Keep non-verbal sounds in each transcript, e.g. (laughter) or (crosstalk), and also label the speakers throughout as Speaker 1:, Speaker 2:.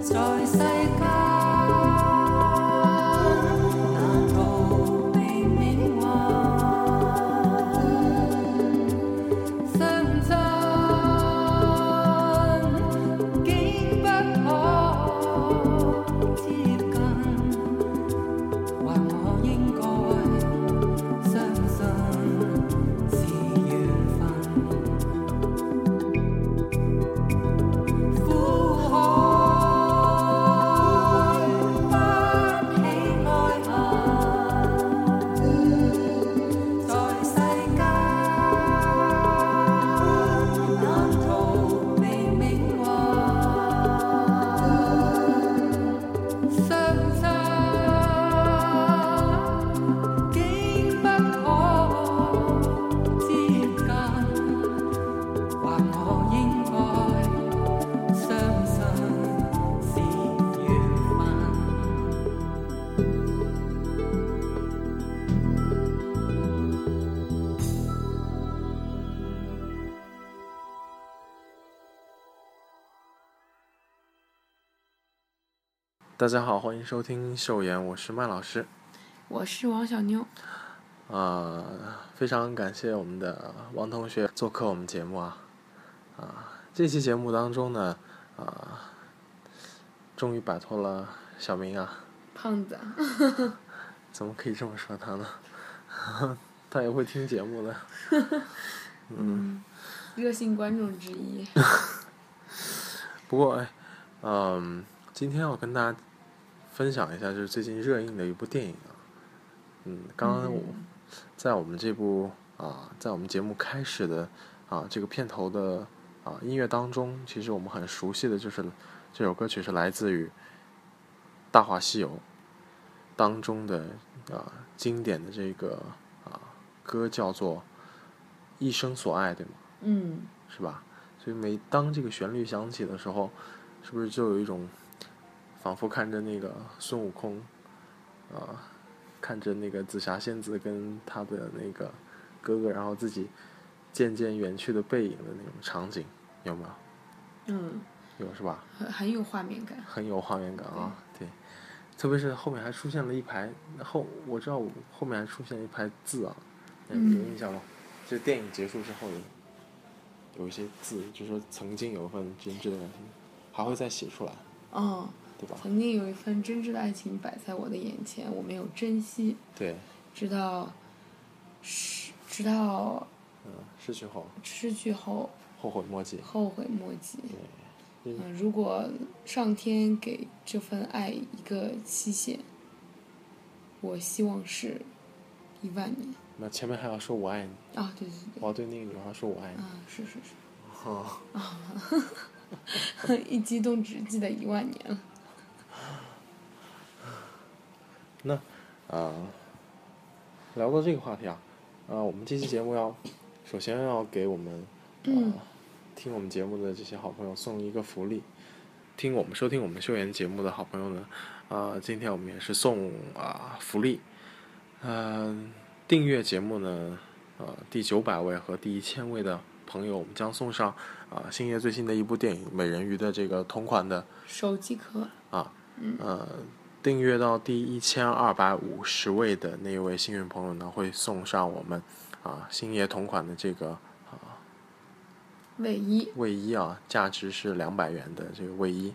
Speaker 1: 在世間，難逃避命運。相信竟不可接近，或我應該相信是緣分。苦海不喜愛恨，在世間難逃避命運，相差竟不可接近，或我應該。相信是緣分。
Speaker 2: 大家好，欢迎收听秀妍，我是麦老师。
Speaker 3: 我是王小妞，
Speaker 2: 啊、非常感谢我们的王同学做客我们节目啊，啊、这期节目当中呢，啊、终于摆脱了小明啊，
Speaker 3: 胖子啊，
Speaker 2: 怎么可以这么说他呢？ (laughs) 他也会听节目的。
Speaker 3: (laughs) 热心观众之一。
Speaker 2: 不过，哎，嗯，今天要跟大家分享一下，就是最近热映的一部电影啊。嗯，刚刚我在我们这部啊，在我们节目开始的啊这个片头的啊音乐当中，其实我们很熟悉的就是这首歌曲是来自于《大话西游》当中的啊经典的这个啊歌叫做《一生所爱》，对吗？
Speaker 3: 嗯，
Speaker 2: 是吧？所以每当这个旋律响起的时候，是不是就有一种仿佛看着那个孙悟空，啊、看着那个紫霞仙子跟他的那个哥哥，然后自己渐渐远去的背影的那种场景，有没有？
Speaker 3: 嗯，
Speaker 2: 有是吧？
Speaker 3: 很很有画面感。
Speaker 2: 很有画面感啊，对。特别是后面还出现了一排后，我知道我后面还出现了一排字啊，有有
Speaker 3: 嗯
Speaker 2: 印象吗？就是电影结束之后有有一些字，就说曾经有一份真挚的感情，还会再写出来，
Speaker 3: 哦，
Speaker 2: 对吧？
Speaker 3: 曾经有一份真挚的爱情摆在我的眼前，我没有珍惜，
Speaker 2: 对，
Speaker 3: 直到失直到
Speaker 2: 嗯，失去后
Speaker 3: 失去后
Speaker 2: 后悔莫及，
Speaker 3: 后悔莫及。
Speaker 2: 对嗯
Speaker 3: 嗯，如果上天给这份爱一个期限，我希望是一万年。
Speaker 2: 那前面还要说我爱你，
Speaker 3: 啊，对对对，
Speaker 2: 我要对那个女孩说我爱你，
Speaker 3: 啊，是是是。
Speaker 2: 哦， (laughs)
Speaker 3: (laughs) 一激动只记得一万年了。
Speaker 2: 那啊、聊到这个话题啊，啊、我们这期节目要首先要给我们啊、听我们节目的这些好朋友送一个福利。听我们收听我们秀妍节目的好朋友呢，啊、今天我们也是送啊、福利，嗯、订阅节目呢，呃，第九百位和第一千位的朋友，我们将送上啊、星爷最新的一部电影《美人鱼》的这个同款的
Speaker 3: 手机壳，
Speaker 2: 啊，呃，订阅到第一千二百五十位的那一位幸运朋友呢，会送上我们啊星爷同款的这个
Speaker 3: 卫衣，
Speaker 2: 卫衣啊，价值是两百元的这个卫衣。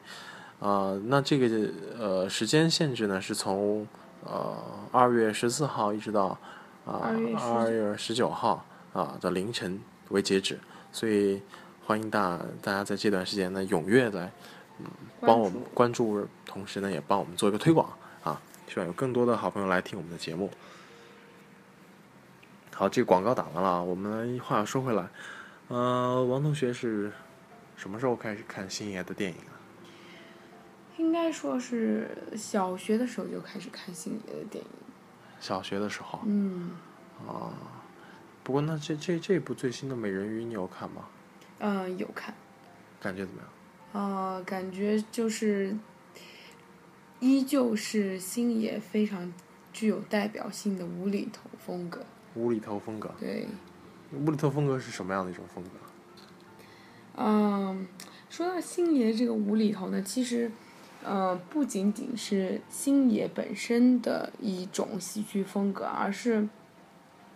Speaker 2: 啊，那这个呃时间限制呢，是从呃二月十四号一直到啊
Speaker 3: 2月19
Speaker 2: 二月十九号啊的凌晨为截止，所以欢迎大大家在这段时间呢踊跃来帮我们
Speaker 3: 关注
Speaker 2: 关注，同时呢也帮我们做一个推广啊，希望有更多的好朋友来听我们的节目。好，这个广告打完了啊，我们话说回来，呃，王同学是什么时候开始看星爷的电影啊？
Speaker 3: 应该说是小学的时候就开始看星爷的电影。
Speaker 2: 小学的时候。
Speaker 3: 嗯，
Speaker 2: 不过那这这这部最新的《美人鱼》你有看吗？
Speaker 3: 嗯、有看，
Speaker 2: 感觉怎么样？
Speaker 3: 啊、感觉就是依旧是星爷非常具有代表性的无厘头风格。
Speaker 2: 无厘头风格，
Speaker 3: 对，
Speaker 2: 无厘头风格是什么样的一种风格？
Speaker 3: 嗯，说到星爷这个无厘头呢，其实，呃，不仅仅是星爷本身的一种喜剧风格，而是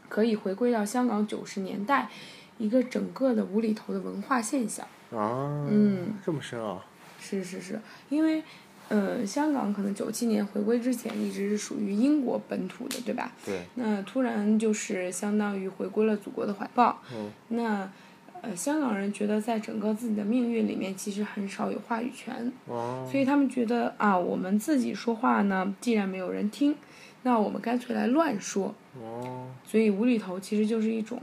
Speaker 3: 可以回归到香港九十年代一个整个的无厘头的文化现象。
Speaker 2: 啊，
Speaker 3: 嗯，
Speaker 2: 这么深啊，
Speaker 3: 是是是，因为，呃，香港可能九七年回归之前一直是属于英国本土的，对吧？
Speaker 2: 对，
Speaker 3: 那突然就是相当于回归了祖国的怀抱。
Speaker 2: 嗯
Speaker 3: 那，呃，香港人觉得在整个自己的命运里面，其实很少有话语权，
Speaker 2: 哦，
Speaker 3: 所以他们觉得啊，我们自己说话呢，既然没有人听，那我们干脆来乱说。
Speaker 2: 哦，
Speaker 3: 所以无厘头其实就是一种，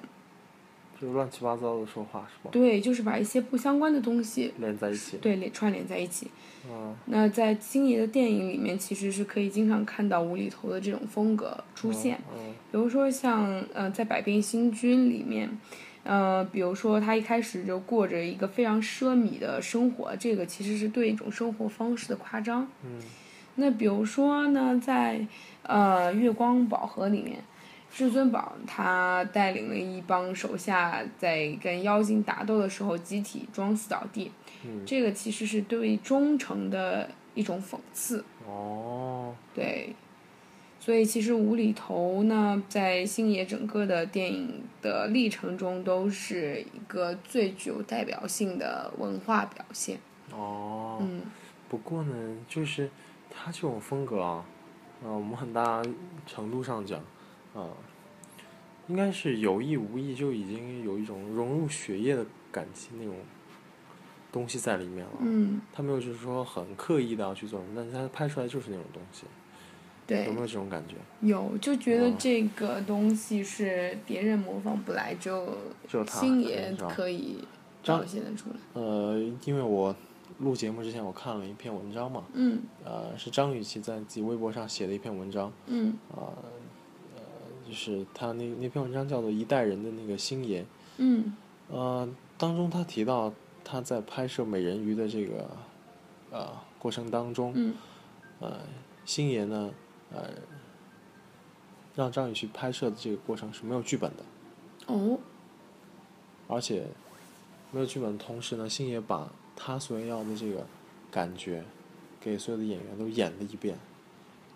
Speaker 2: 就是乱七八糟的说话是吧？
Speaker 3: 对，就是把一些不相关的东西
Speaker 2: 连在一起，
Speaker 3: 对连串联在一起。
Speaker 2: 嗯，
Speaker 3: 那在星爷的电影里面，其实是可以经常看到无厘头的这种风格出现。
Speaker 2: 嗯，
Speaker 3: 比如说像呃，在《百变星君》里面，呃，比如说他一开始就过着一个非常奢靡的生活，这个其实是对一种生活方式的夸张。
Speaker 2: 嗯，
Speaker 3: 那比如说呢，在呃《月光宝盒》里面。至尊宝他带领了一帮手下，在跟妖精打斗的时候，集体装死倒地。
Speaker 2: 嗯
Speaker 3: 这个其实是对忠诚的一种讽刺。
Speaker 2: 哦，
Speaker 3: 对，所以其实无厘头呢，在星爷整个的电影的历程中，都是一个最具有代表性的文化表现。
Speaker 2: 哦，
Speaker 3: 嗯，
Speaker 2: 不过呢，就是他这种风格啊，呃，我们很大程度上讲，啊、应该是有意无意就已经有一种融入血液的感激那种东西在里面了。
Speaker 3: 嗯，
Speaker 2: 他没有就是说很刻意的要去做什么，但是他拍出来就是那种东西，
Speaker 3: 对
Speaker 2: 有，没有这种感觉？
Speaker 3: 有就觉得
Speaker 2: 哦
Speaker 3: 这个东西是别人模仿不来，只有
Speaker 2: 只有他
Speaker 3: 星
Speaker 2: 可
Speaker 3: 爷
Speaker 2: 能是吧
Speaker 3: 可以
Speaker 2: 张
Speaker 3: 表现得出来。
Speaker 2: 呃，因为我录节目之前我看了一篇文章嘛，
Speaker 3: 嗯
Speaker 2: 呃，是张雨绮在自己微博上写的一篇文章，
Speaker 3: 嗯
Speaker 2: 就是她那那篇文章叫做《一代人的那个星爷》，
Speaker 3: 嗯
Speaker 2: 呃，当中他提到他在拍摄《美人鱼》的这个呃过程当中，
Speaker 3: 嗯
Speaker 2: 呃，星爷呢，呃，让张雨绮拍摄的这个过程是没有剧本的，
Speaker 3: 哦
Speaker 2: 而且没有剧本的同时呢，星爷把他所要的这个感觉给所有的演员都演了一遍，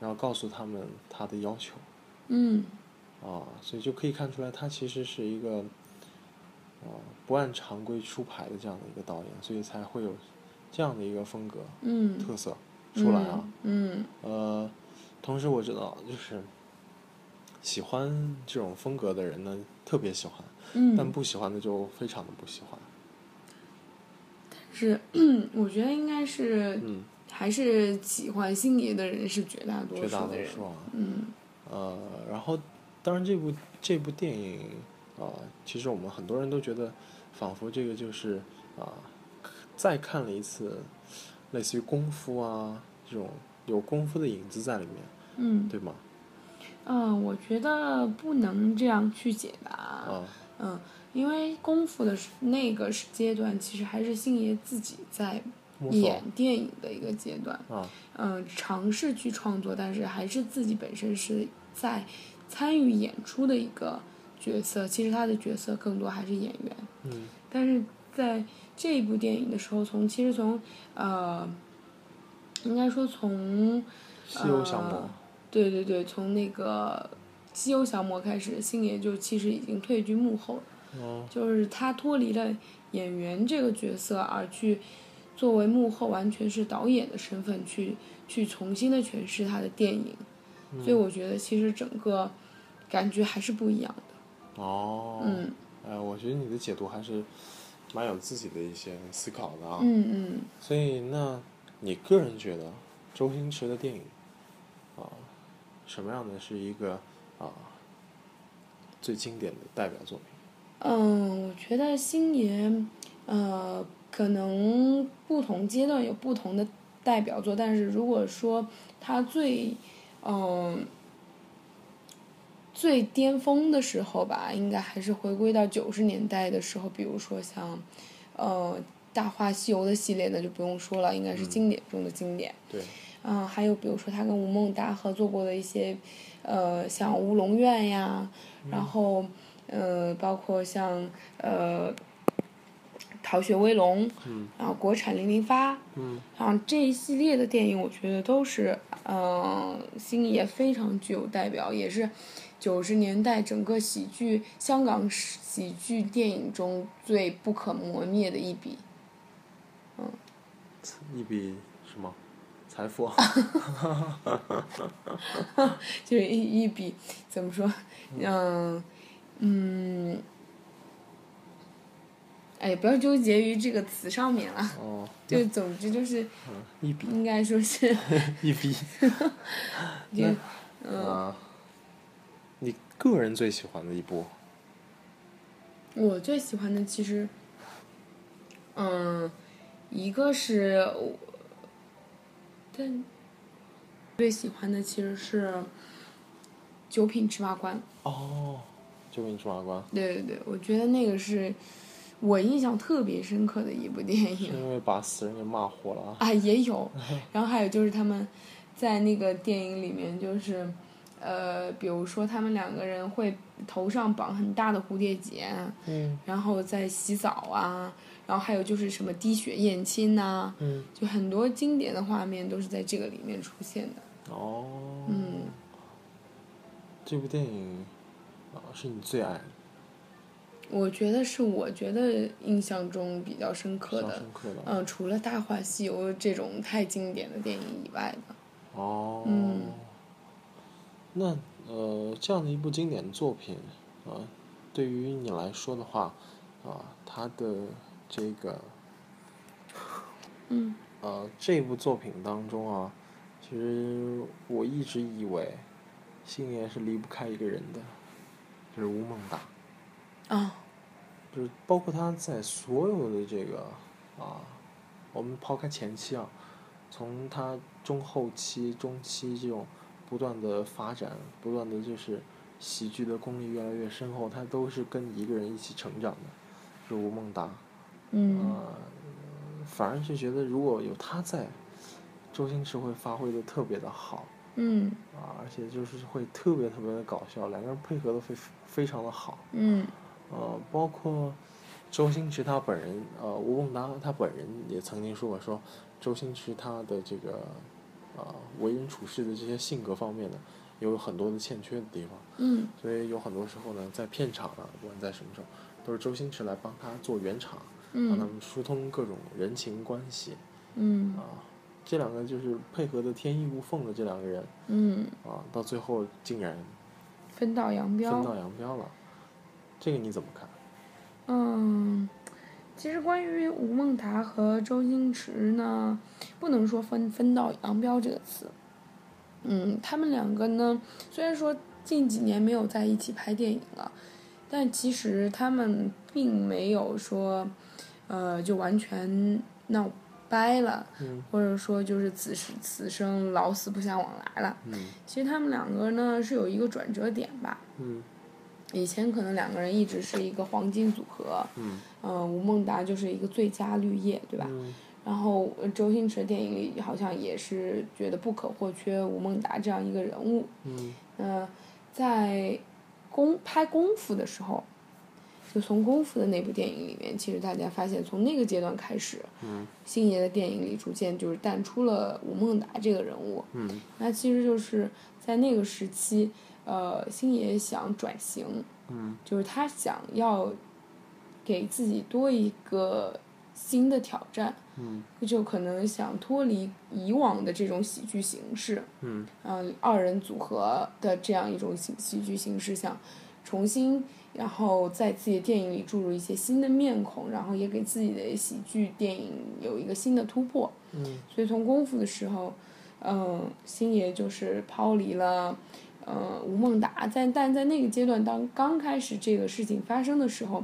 Speaker 2: 然后告诉他们他的要求。
Speaker 3: 嗯
Speaker 2: 啊，所以就可以看出来，他其实是一个，啊，不按常规出牌的这样的一个导演，所以才会有这样的一个风格
Speaker 3: 嗯
Speaker 2: 特色出来啊。
Speaker 3: 嗯
Speaker 2: 呃，同时我知道，就是喜欢这种风格的人呢，特别喜欢，
Speaker 3: 嗯，
Speaker 2: 但不喜欢的就非常的不喜欢。
Speaker 3: 是， (clears throat) 我觉得应该是
Speaker 2: 嗯，
Speaker 3: 还是喜欢星爷的人是绝大多
Speaker 2: 绝大
Speaker 3: 数
Speaker 2: 多
Speaker 3: 的人。
Speaker 2: 数啊。
Speaker 3: 嗯
Speaker 2: 呃，然后，当然这部这部电影啊、其实我们很多人都觉得，仿佛这个就是啊、再看了一次，类似于功夫啊这种有功夫的影子在里面，
Speaker 3: 嗯
Speaker 2: 对吗？
Speaker 3: 嗯、呃我觉得不能这样去解答。
Speaker 2: 啊、
Speaker 3: 嗯，因为功夫的时那个时阶段，其实还是星爷自己在
Speaker 2: 摸索
Speaker 3: 演电影的一个阶段。
Speaker 2: 啊，
Speaker 3: 嗯、尝试去创作，但是还是自己本身是在参与演出的一个角色。其实他的角色更多还是演员。
Speaker 2: 嗯
Speaker 3: 但是在这一部电影的时候，从其实从呃，应该说从
Speaker 2: 西游降魔
Speaker 3: 呃对对对，从那个西游降魔开始，星爷就其实已经退居幕后了，
Speaker 2: 哦
Speaker 3: 就是他脱离了演员这个角色，而去作为幕后完全是导演的身份去去重新的诠释他的电影，所以我觉得其实整个感觉还是不一样的，
Speaker 2: 哦，
Speaker 3: 嗯
Speaker 2: 呃，我觉得你的解读还是蛮有自己的一些思考的啊。
Speaker 3: 嗯嗯。
Speaker 2: 所以，那你个人觉得周星驰的电影啊、什么样的是一个啊、最经典的代表作品？
Speaker 3: 嗯，我觉得星爷，呃，可能不同阶段有不同的代表作，但是如果说他最，嗯、最巅峰的时候吧，应该还是回归到九十年代的时候，比如说像，呃，《大话西游》的系列那就不用说了，应该是经典中的经典。
Speaker 2: 对，
Speaker 3: 嗯，还有比如说他跟吴孟达合作过的一些，呃，像《乌龙院》呀，然后，呃，包括像呃，《逃学威龙》，嗯，然后国产《零零发》，嗯，然后这一系列的电影，我觉得都是，嗯、星爷非常具有代表，也是九十年代整个喜剧香港喜剧电影中最不可磨灭的一笔。
Speaker 2: 一笔什么财富？啊
Speaker 3: 就是一一笔怎么说，嗯嗯，哎，不要纠结于这个词上面了，
Speaker 2: (laughs) 哦，
Speaker 3: 就总之就是
Speaker 2: 一笔
Speaker 3: 应该
Speaker 2: (laughs)
Speaker 3: 说是
Speaker 2: 一笔
Speaker 3: 就
Speaker 2: 那啊！你个人最喜欢的一部
Speaker 3: 我最喜欢的其实，嗯，一个是我，但最喜欢的其实是《九品芝麻官》。
Speaker 2: 哦，《救命芝麻官》，
Speaker 3: 对对对，我觉得那个是我印象特别深刻的一部电影
Speaker 2: 是因为把死人给骂火了啊！
Speaker 3: 啊，也
Speaker 2: (laughs)
Speaker 3: 有。然后还有就是他们在那个电影里面，就是呃，比如说他们两个人会头上绑很大的蝴蝶结啊，
Speaker 2: 嗯
Speaker 3: 然后再洗澡啊，然后还有就是什么滴血验亲呐、
Speaker 2: 嗯，
Speaker 3: 就很多经典的画面都是在这个里面出现的。
Speaker 2: 哦，
Speaker 3: 嗯，
Speaker 2: 这部电影啊是你最爱的、
Speaker 3: 我觉得是我觉得印象中比较深刻
Speaker 2: 印象
Speaker 3: 的，
Speaker 2: 深刻的。
Speaker 3: 嗯、除了《大话西游》这种太经典的电影以外的，
Speaker 2: 哦，
Speaker 3: 嗯
Speaker 2: 那呃，这样的一部经典作品啊、对于你来说的话，啊、它的这个
Speaker 3: 嗯
Speaker 2: 呃，这部作品当中啊，其实我一直以为星爷是离不开一个人的，就是吴孟达，
Speaker 3: 啊，
Speaker 2: 就是包括他在所有的这个啊，我们抛开前期啊，从他中后期、中期这种不断的发展，不断的就是喜剧的功力越来越深厚，他都是跟一个人一起成长的，就是吴孟达。
Speaker 3: 嗯
Speaker 2: 呃，反而是觉得如果有他在，周星驰会发挥的特别的好
Speaker 3: 嗯
Speaker 2: 啊，而且就是会特别特别的搞笑，两个人配合的非非常的好。
Speaker 3: 嗯
Speaker 2: 呃，包括周星驰他本人，呃，吴孟达他本人也曾经说过，说周星驰他的这个呃为人处事的这些性格方面呢，有很多的欠缺的地方，
Speaker 3: 嗯
Speaker 2: 所以有很多时候呢，在片场啊，不管在什么时候，都是周星驰来帮他做圆场，让他
Speaker 3: 嗯
Speaker 2: 们疏通各种人情关系
Speaker 3: 嗯
Speaker 2: 啊。这两个就是配合的天衣无缝的这两个人
Speaker 3: 嗯，
Speaker 2: 啊，到最后竟然
Speaker 3: 分道扬镳。
Speaker 2: 分道扬镳了，这个你怎么看？
Speaker 3: 嗯，其实关于吴孟达和周星驰呢，不能说分分道扬镳这个词。嗯，他们两个呢，虽然说近几年没有在一起拍电影了，但其实他们并没有说，呃，就完全闹掰了，
Speaker 2: 嗯
Speaker 3: 或者说就是此时此生老死不相往来了。
Speaker 2: 嗯
Speaker 3: 其实他们两个呢是有一个转折点吧。
Speaker 2: 嗯
Speaker 3: 以前可能两个人一直是一个黄金组合，
Speaker 2: 嗯
Speaker 3: 嗯，吴孟达就是一个最佳绿叶，对吧？
Speaker 2: 嗯
Speaker 3: 然后呃周星驰电影里好像也是觉得不可或缺吴孟达这样一个人物。
Speaker 2: 嗯
Speaker 3: 嗯、在功拍《功夫》的时候，就从《功夫》的那部电影里面，其实大家发现从那个阶段开始，
Speaker 2: 嗯
Speaker 3: 星爷的电影里逐渐就是淡出了吴孟达这个人物。
Speaker 2: 嗯
Speaker 3: 那其实就是在那个时期，呃，星爷想转型，
Speaker 2: 嗯
Speaker 3: 就是他想要给自己多一个新的挑战，
Speaker 2: 嗯
Speaker 3: 就可能想脱离以往的这种喜剧形式，
Speaker 2: 嗯
Speaker 3: 嗯，二人组合的这样一种喜喜剧形式，想重新，然后在自己的电影里注入一些新的面孔，然后也给自己的喜剧电影有一个新的突破。
Speaker 2: 嗯
Speaker 3: 所以从功夫的时候，嗯，星爷就是抛离了，呃，吴孟达。但但在那个阶段，当刚开始这个事情发生的时候，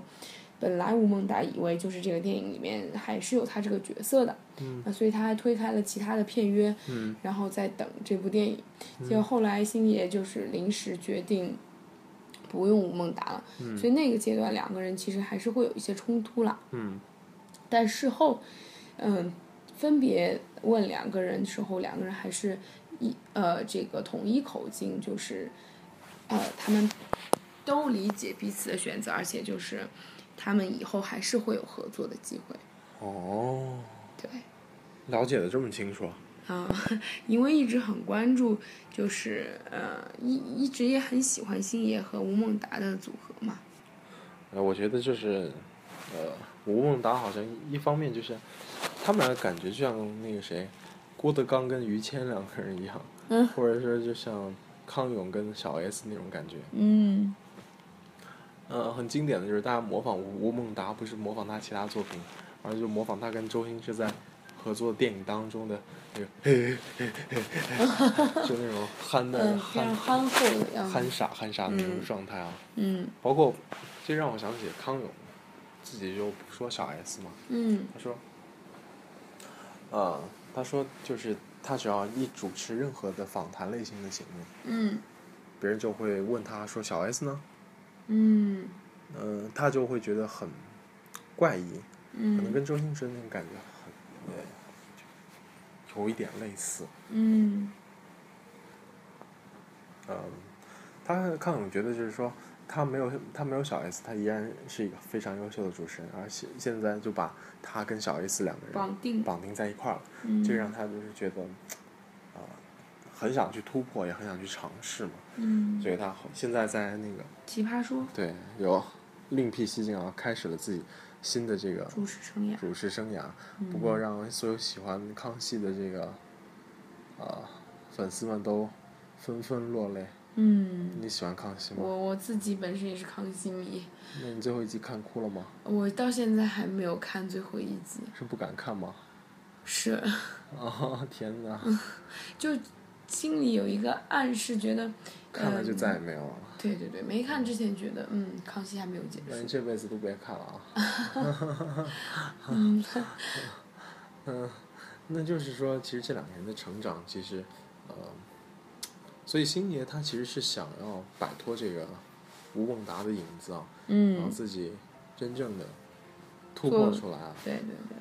Speaker 3: 本来吴孟达以为就是这个电影里面还是有他这个角色的，
Speaker 2: 嗯
Speaker 3: 那所以他还推开了其他的片约，
Speaker 2: 嗯
Speaker 3: 然后再等这部电影。结果后来星爷就是临时决定不用吴孟达了，所以那个阶段两个人其实还是会有一些冲突啦。
Speaker 2: 嗯
Speaker 3: 但事后，嗯，分别问两个人时候，两个人还是一呃这个统一口径，就是呃他们都理解彼此的选择，而且就是他们以后还是会有合作的机会。
Speaker 2: 哦，
Speaker 3: 对，
Speaker 2: 了解的这么清楚啊，
Speaker 3: 啊、因为一直很关注，就是呃，一一直也很喜欢星爷和吴孟达的组合嘛。
Speaker 2: 呃，我觉得就是，呃，吴孟达好像一方面就是，他们俩感觉就像那个谁，郭德纲跟于谦两个人一样，
Speaker 3: 嗯
Speaker 2: 或者说就像康永跟小 S 那种感觉。
Speaker 3: 嗯
Speaker 2: 呃，很经典的就是大家模仿吴吴孟达，不是模仿他其他作品，而是就模仿他跟周星驰在合作的电影当中的那个，
Speaker 3: (laughs)
Speaker 2: 就那种憨的
Speaker 3: 嗯，非
Speaker 2: 憨
Speaker 3: 常憨厚的样子。
Speaker 2: 憨傻憨傻的那种
Speaker 3: 嗯
Speaker 2: 状态啊。
Speaker 3: 嗯
Speaker 2: 包括这让我想起康永自己就说小 S 嘛，
Speaker 3: 嗯
Speaker 2: 他说，呃，他说就是他只要一主持任何的访谈类型的节目，
Speaker 3: 嗯
Speaker 2: 别人就会问他说小 S 呢，
Speaker 3: 嗯
Speaker 2: 嗯、他就会觉得很怪异，可能
Speaker 3: 嗯
Speaker 2: 跟周星驰那种感觉很，呃，有一点类似。
Speaker 3: 嗯
Speaker 2: 嗯、他康永觉得就是说，他没有他没有小 S，他依然是一个非常优秀的主持人，而且现在就把他跟小 S 两个人
Speaker 3: 绑定。
Speaker 2: 绑定在一块儿了，
Speaker 3: 嗯
Speaker 2: 这让他就是觉得，啊、很想去突破，也很想去尝试嘛。
Speaker 3: 嗯，
Speaker 2: 所以他后现在在那个
Speaker 3: 奇葩说
Speaker 2: 对有另辟蹊径啊，开始了自己新的这个
Speaker 3: 主持生涯。
Speaker 2: 主持生涯。不过让所有喜欢康熙的这个，呃，粉丝们都纷纷落泪。
Speaker 3: 嗯，
Speaker 2: 你喜欢康熙吗？
Speaker 3: 我我自己本身也是康熙迷，
Speaker 2: 那你最后一集看哭了吗？
Speaker 3: 我到现在还没有看最后一集。
Speaker 2: 是不敢看吗？ (laughs)
Speaker 3: 是，
Speaker 2: 啊，天哪！
Speaker 3: 就心里有一个暗示，觉得
Speaker 2: 看了就
Speaker 3: 嗯
Speaker 2: 再也没有了。
Speaker 3: 对对对，没看之前觉得嗯，康熙还没有结
Speaker 2: 那你
Speaker 3: 束。
Speaker 2: 这辈子都别看了啊。啊
Speaker 3: 嗯
Speaker 2: 嗯， (laughs) 那就是说，其实这两个人的成长，其实，呃，所以星爷他其实是想要摆脱这个吴孟达的影子啊，然后
Speaker 3: 嗯，
Speaker 2: 自己真正的突
Speaker 3: 做
Speaker 2: 破出来啊。
Speaker 3: 对对对，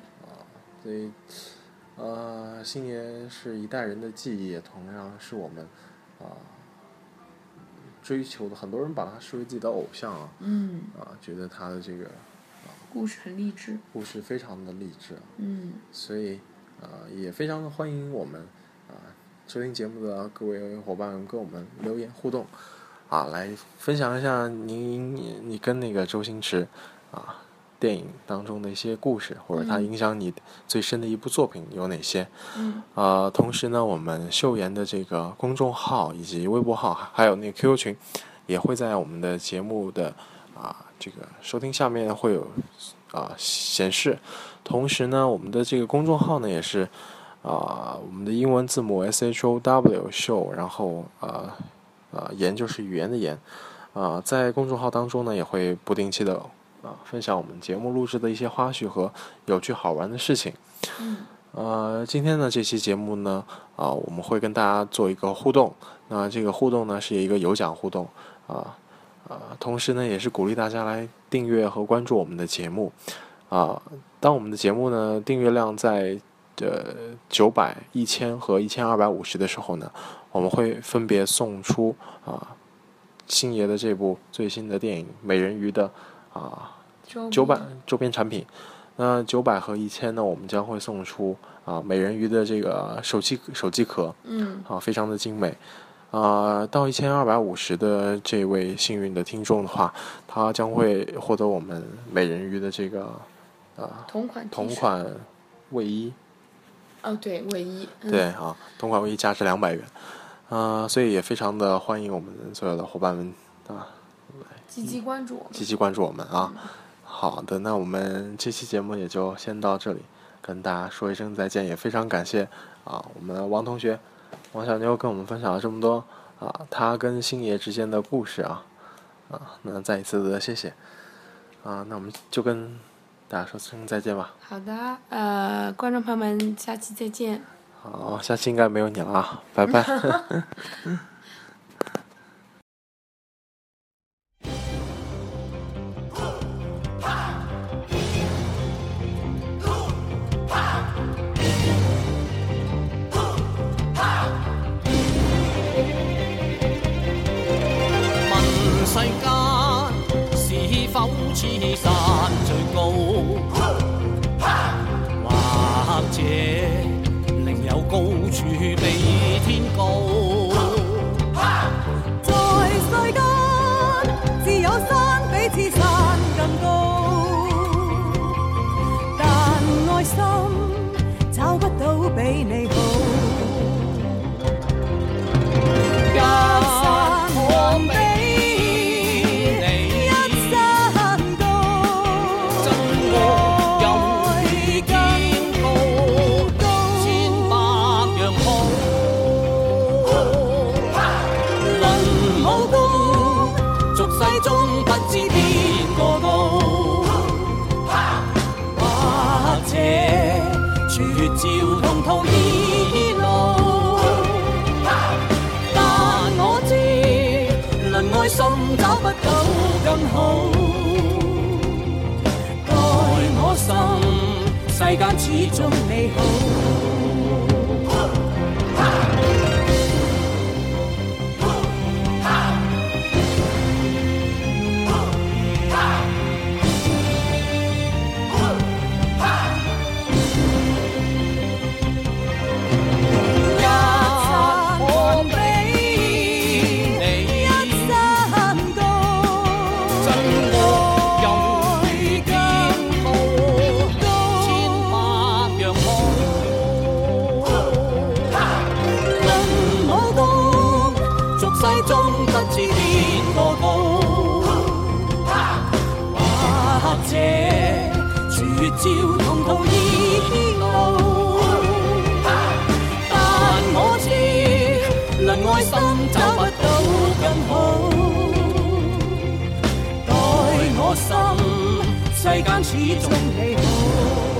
Speaker 2: 所以，呃，星爷是一代人的记忆，也同样是我们啊、追求的。很多人把他视为自己的偶像啊，
Speaker 3: 嗯，
Speaker 2: 啊、觉得他的这个
Speaker 3: 故事很励志。
Speaker 2: 故事非常的励志啊，
Speaker 3: 嗯
Speaker 2: 所以呃，也非常的欢迎我们啊、收听节目的各位伙伴跟我们留言互动啊，来分享一下您你你跟那个周星驰啊。电影当中的一些故事，或者他
Speaker 3: 嗯
Speaker 2: 影响你最深的一部作品有哪些？
Speaker 3: 嗯
Speaker 2: 呃，同时呢，我们秀妍的这个公众号以及微博号，还有那个 QQ 群，也会在我们的节目的啊、这个收听下面会有啊、显示。同时呢，我们的这个公众号呢也是啊、我们的英文字母 S H O W 秀，然后呃呃研就是语言的研啊、在公众号当中呢也会不定期的啊、分享我们节目录制的一些花絮和有趣好玩的事情。
Speaker 3: 嗯
Speaker 2: 呃，今天呢这期节目呢，啊、我们会跟大家做一个互动。那这个互动呢是一个有奖互动，啊、啊、同时呢也是鼓励大家来订阅和关注我们的节目。啊、当我们的节目呢订阅量在呃九百、一千和一千二百五十的时候呢，我们会分别送出啊、星爷的这部最新的电影《美人鱼》的啊。
Speaker 3: 周
Speaker 2: 九
Speaker 3: 笔
Speaker 2: 百周边产品。那九百和一千呢，我们将会送出啊美人鱼的这个手机手机壳
Speaker 3: 嗯
Speaker 2: 啊，非常的精美。啊、到一千二百五十的这位幸运的听众的话，他将会获得我们美人鱼的这个啊
Speaker 3: 同款 T
Speaker 2: 同
Speaker 3: 恤
Speaker 2: 款卫衣。
Speaker 3: 哦对卫衣嗯
Speaker 2: 对啊，同款卫衣价值两百元。啊、所以也非常的欢迎我们所有的伙伴们啊，
Speaker 3: 积极关注我们
Speaker 2: 嗯积极关注我们啊。好的，那我们这期节目也就先到这里，跟大家说一声再见，也非常感谢啊，我们王同学，王小妞跟我们分享了这么多啊，他跟星爷之间的故事啊，啊，那再一次的谢谢啊，那我们就跟大家说声再见吧。
Speaker 3: 好的呃观众朋友们下期再见。
Speaker 2: 啊好，下期应该没有你了啊，拜拜。
Speaker 4: 問世間是否痴散？心找不到更好。待我心，世間始終美好。一刹我比你一山高，真我有你肩高，千百樣好。論我高，俗世中不知邊個高，或者絕招同途異路。但我知，能愛心找不到更好。待我心，世間始終美好。